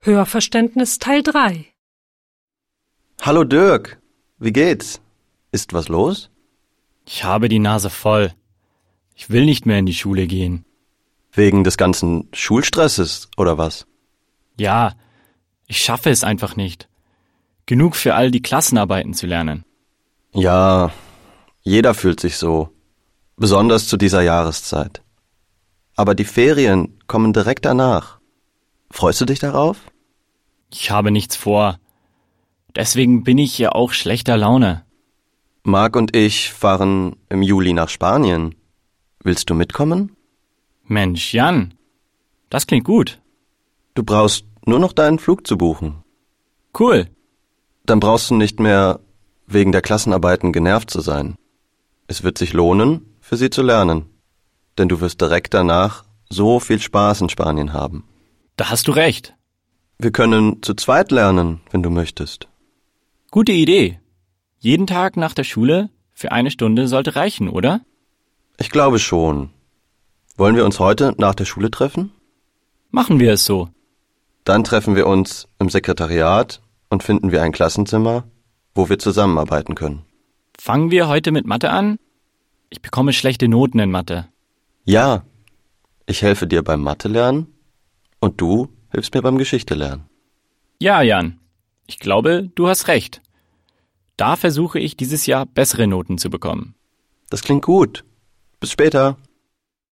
Hörverständnis Teil 3 Hallo Dirk, wie geht's? Ist was los? Ich habe die Nase voll. Ich will nicht mehr in die Schule gehen. Wegen des ganzen Schulstresses oder was? Ja, ich schaffe es einfach nicht. Genug für all die Klassenarbeiten zu lernen. Ja, jeder fühlt sich so, besonders zu dieser Jahreszeit. Aber die Ferien kommen direkt danach. Freust du dich darauf? Ich habe nichts vor. Deswegen bin ich ja auch schlechter Laune. Marc und ich fahren im Juli nach Spanien. Willst du mitkommen? Mensch, Jan. Das klingt gut. Du brauchst nur noch deinen Flug zu buchen. Cool. Dann brauchst du nicht mehr wegen der Klassenarbeiten genervt zu sein. Es wird sich lohnen, für sie zu lernen. Denn du wirst direkt danach so viel Spaß in Spanien haben. Da hast du recht. Wir können zu zweit lernen, wenn du möchtest. Gute Idee. Jeden Tag nach der Schule für eine Stunde sollte reichen, oder? Ich glaube schon. Wollen wir uns heute nach der Schule treffen? Machen wir es so. Dann treffen wir uns im Sekretariat und finden wir ein Klassenzimmer, wo wir zusammenarbeiten können. Fangen wir heute mit Mathe an? Ich bekomme schlechte Noten in Mathe. Ja, ich helfe dir beim Mathe lernen und du hilfst mir beim Geschichte lernen. Ja, Jan. Ich glaube, du hast recht. Da versuche ich dieses Jahr bessere Noten zu bekommen. Das klingt gut. Bis später.